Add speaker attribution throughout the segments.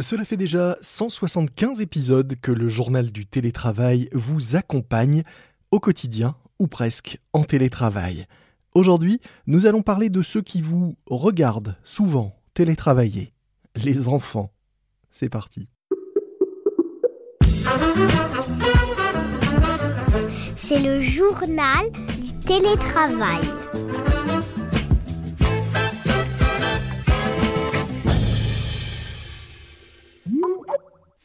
Speaker 1: Cela fait déjà 175 épisodes que le journal du télétravail vous accompagne au quotidien ou presque en télétravail. Aujourd'hui, nous allons parler de ceux qui vous regardent souvent télétravailler, les enfants. C'est parti.
Speaker 2: C'est le journal du télétravail.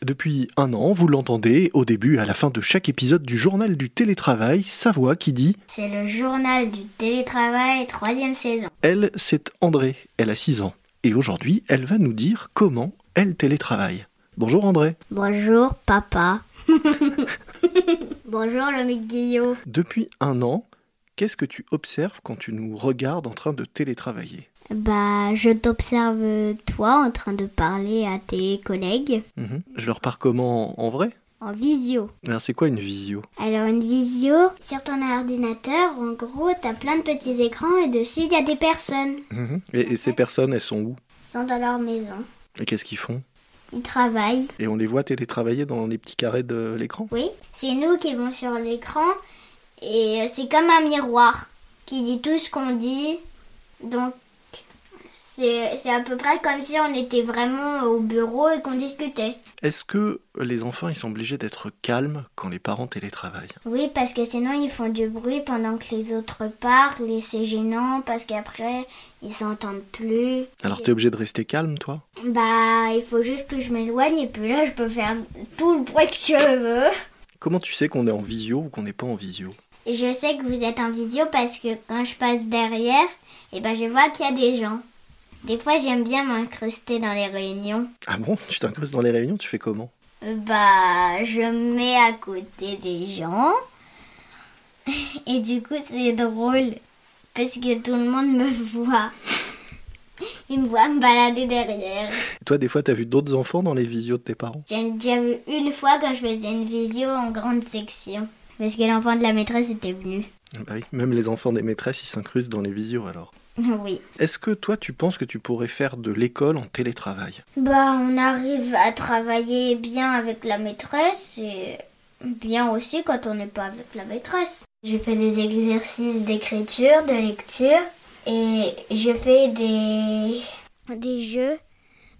Speaker 1: Depuis un an, vous l'entendez au début et à la fin de chaque épisode du journal du télétravail, sa voix qui dit
Speaker 2: C'est le journal du télétravail, troisième saison.
Speaker 1: Elle, c'est André, elle a 6 ans. Et aujourd'hui, elle va nous dire comment elle télétravaille. Bonjour André.
Speaker 2: Bonjour papa. Bonjour le mec Guillot.
Speaker 1: Depuis un an, qu'est-ce que tu observes quand tu nous regardes en train de télétravailler
Speaker 2: Bah, je t'observe euh, toi en train de parler à tes collègues
Speaker 1: Mhm. Je leur pars comment en vrai
Speaker 2: en visio.
Speaker 1: Alors c'est quoi une visio
Speaker 2: Alors une visio, sur ton ordinateur, en gros, t'as plein de petits écrans et dessus, il y a des personnes.
Speaker 1: Mhm. et, et ces personnes, elles sont où
Speaker 2: Ils sont dans leur maison.
Speaker 1: Et qu'est-ce qu'ils font
Speaker 2: Ils travaillent.
Speaker 1: Et on les voit télétravailler dans les petits carrés de l'écran
Speaker 2: Oui, c'est nous qui vont sur l'écran et euh, c'est comme un miroir qui dit tout ce qu'on dit. Donc c'est c'est à peu près comme si on était vraiment au bureau et qu'on discutait.
Speaker 1: Est-ce que les enfants, ils sont obligés d'être calmes quand les parents télétravaillent
Speaker 2: Oui, parce que sinon ils font du bruit pendant que les autres parlent et c'est gênant parce qu'après ils s'entendent plus.
Speaker 1: Alors t'es obligé de rester calme, toi
Speaker 2: Bah, il faut juste que je m'éloigne et puis là je peux faire tout le bruit que je veux.
Speaker 1: Comment tu sais qu'on est en visio ou qu'on n'est pas en visio
Speaker 2: Je sais que vous êtes en visio parce que quand je passe derrière, eh ben je vois qu'il y a des gens. Des fois, j'aime bien m'incruster dans les réunions.
Speaker 1: Ah bon Tu t'incrustes dans les réunions, tu fais comment
Speaker 2: Euh, Bah, je me mets à côté des gens. Et du coup, c'est drôle parce que tout le monde me voit. Ils me voient me balader derrière.
Speaker 1: Toi, des fois, t'as vu d'autres enfants dans les visios de tes parents
Speaker 2: J'ai déjà vu une fois quand je faisais une visio en grande section. Parce que l'enfant de la maîtresse était venu.
Speaker 1: Bah oui, même les enfants des maîtresses, ils s'incrustent dans les visios alors.
Speaker 2: Oui.
Speaker 1: Est-ce que toi, tu penses que tu pourrais faire de l'école en télétravail
Speaker 2: Bah, on arrive à travailler bien avec la maîtresse et bien aussi quand on n'est pas avec la maîtresse. Je fais des exercices d'écriture, de lecture et je fais des des jeux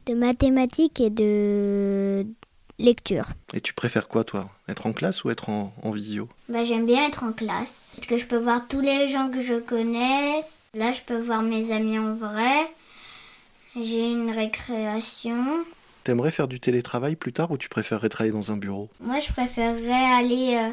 Speaker 2: de mathématiques et de lecture.
Speaker 1: Et tu préfères quoi, toi Être en classe ou être en, en visio
Speaker 2: Bah, j'aime bien être en classe parce que je peux voir tous les gens que je connais. Là, je peux voir mes amis en vrai. J'ai une récréation.
Speaker 1: T'aimerais faire du télétravail plus tard ou tu préférerais travailler dans un bureau
Speaker 2: Moi, je préférerais aller euh,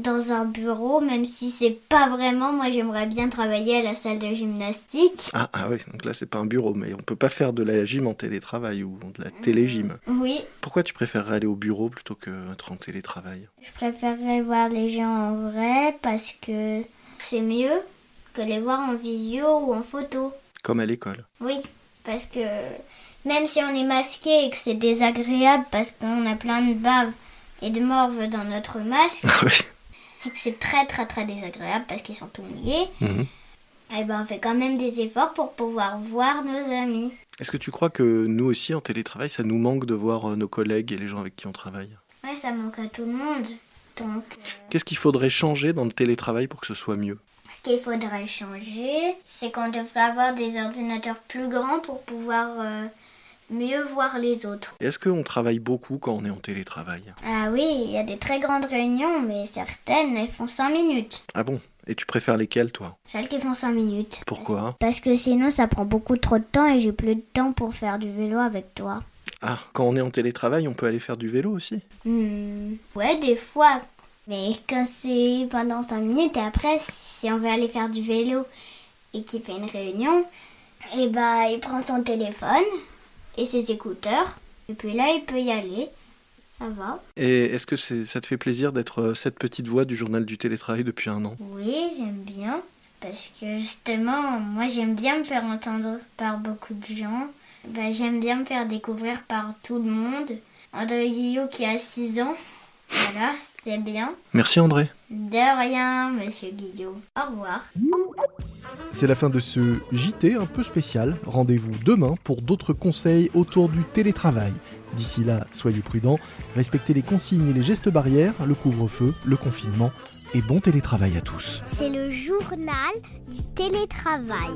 Speaker 2: dans un bureau, même si c'est pas vraiment. Moi, j'aimerais bien travailler à la salle de gymnastique.
Speaker 1: ah, ah oui, donc là, c'est pas un bureau, mais on peut pas faire de la gym en télétravail ou de la télégym.
Speaker 2: Oui,
Speaker 1: Pourquoi tu préférerais aller au bureau plutôt qu'être en télétravail
Speaker 2: je préférerais voir les gens en vrai parce que c'est mieux que les voir en visio ou en photo.
Speaker 1: Comme à l'école.
Speaker 2: Oui, parce que même si on est masqué et que c'est désagréable parce qu'on a plein de bave et de morve dans notre masque,
Speaker 1: Ah Oui.
Speaker 2: et que c'est très très très désagréable parce qu'ils sont tout mouillés,
Speaker 1: Mhm.
Speaker 2: Eh ben, on fait quand même des efforts pour pouvoir voir nos amis.
Speaker 1: Est-ce que tu crois que nous aussi, en télétravail, ça nous manque de voir euh, nos collègues et les gens avec qui on travaille
Speaker 2: Ouais, ça manque à tout le monde. Donc, euh,
Speaker 1: Qu'est-ce qu'il faudrait changer dans le télétravail pour que ce soit mieux
Speaker 2: ce qu'il faudrait changer, c'est qu'on devrait avoir des ordinateurs plus grands pour pouvoir euh, mieux voir les autres.
Speaker 1: Et Est-ce qu'on travaille beaucoup quand on est en télétravail
Speaker 2: Ah oui, il y a des très grandes réunions, mais certaines, elles font 5 minutes.
Speaker 1: Ah bon Et tu préfères lesquelles, toi
Speaker 2: Celles qui font 5 minutes.
Speaker 1: Pourquoi
Speaker 2: Parce que sinon, ça prend beaucoup trop de temps et j'ai plus de temps pour faire du vélo avec toi.
Speaker 1: Ah, quand on est en télétravail, on peut aller faire du vélo aussi
Speaker 2: Hmm, ouais, des fois. Mais quand c'est pendant 5 minutes et après, si on veut aller faire du vélo et qu'il fait une réunion, et bah il prend son téléphone et ses écouteurs. Et puis là, il peut y aller. Ça va.
Speaker 1: Et est-ce que c'est- ça te fait plaisir d'être euh, cette petite voix du journal du télétravail depuis un an
Speaker 2: Oui, j'aime bien. Parce que justement, moi j'aime bien me faire entendre par beaucoup de gens. Bah, j'aime bien me faire découvrir par tout le monde. André Guillot qui a 6 ans. Voilà, c'est bien.
Speaker 1: Merci André
Speaker 2: De rien, monsieur Guillaume. Au revoir.
Speaker 3: C'est la fin de ce JT un peu spécial. Rendez-vous demain pour d'autres conseils autour du télétravail. D'ici là, soyez prudents, respectez les consignes et les gestes barrières, le couvre-feu, le confinement et bon télétravail à tous.
Speaker 2: C'est le journal du télétravail.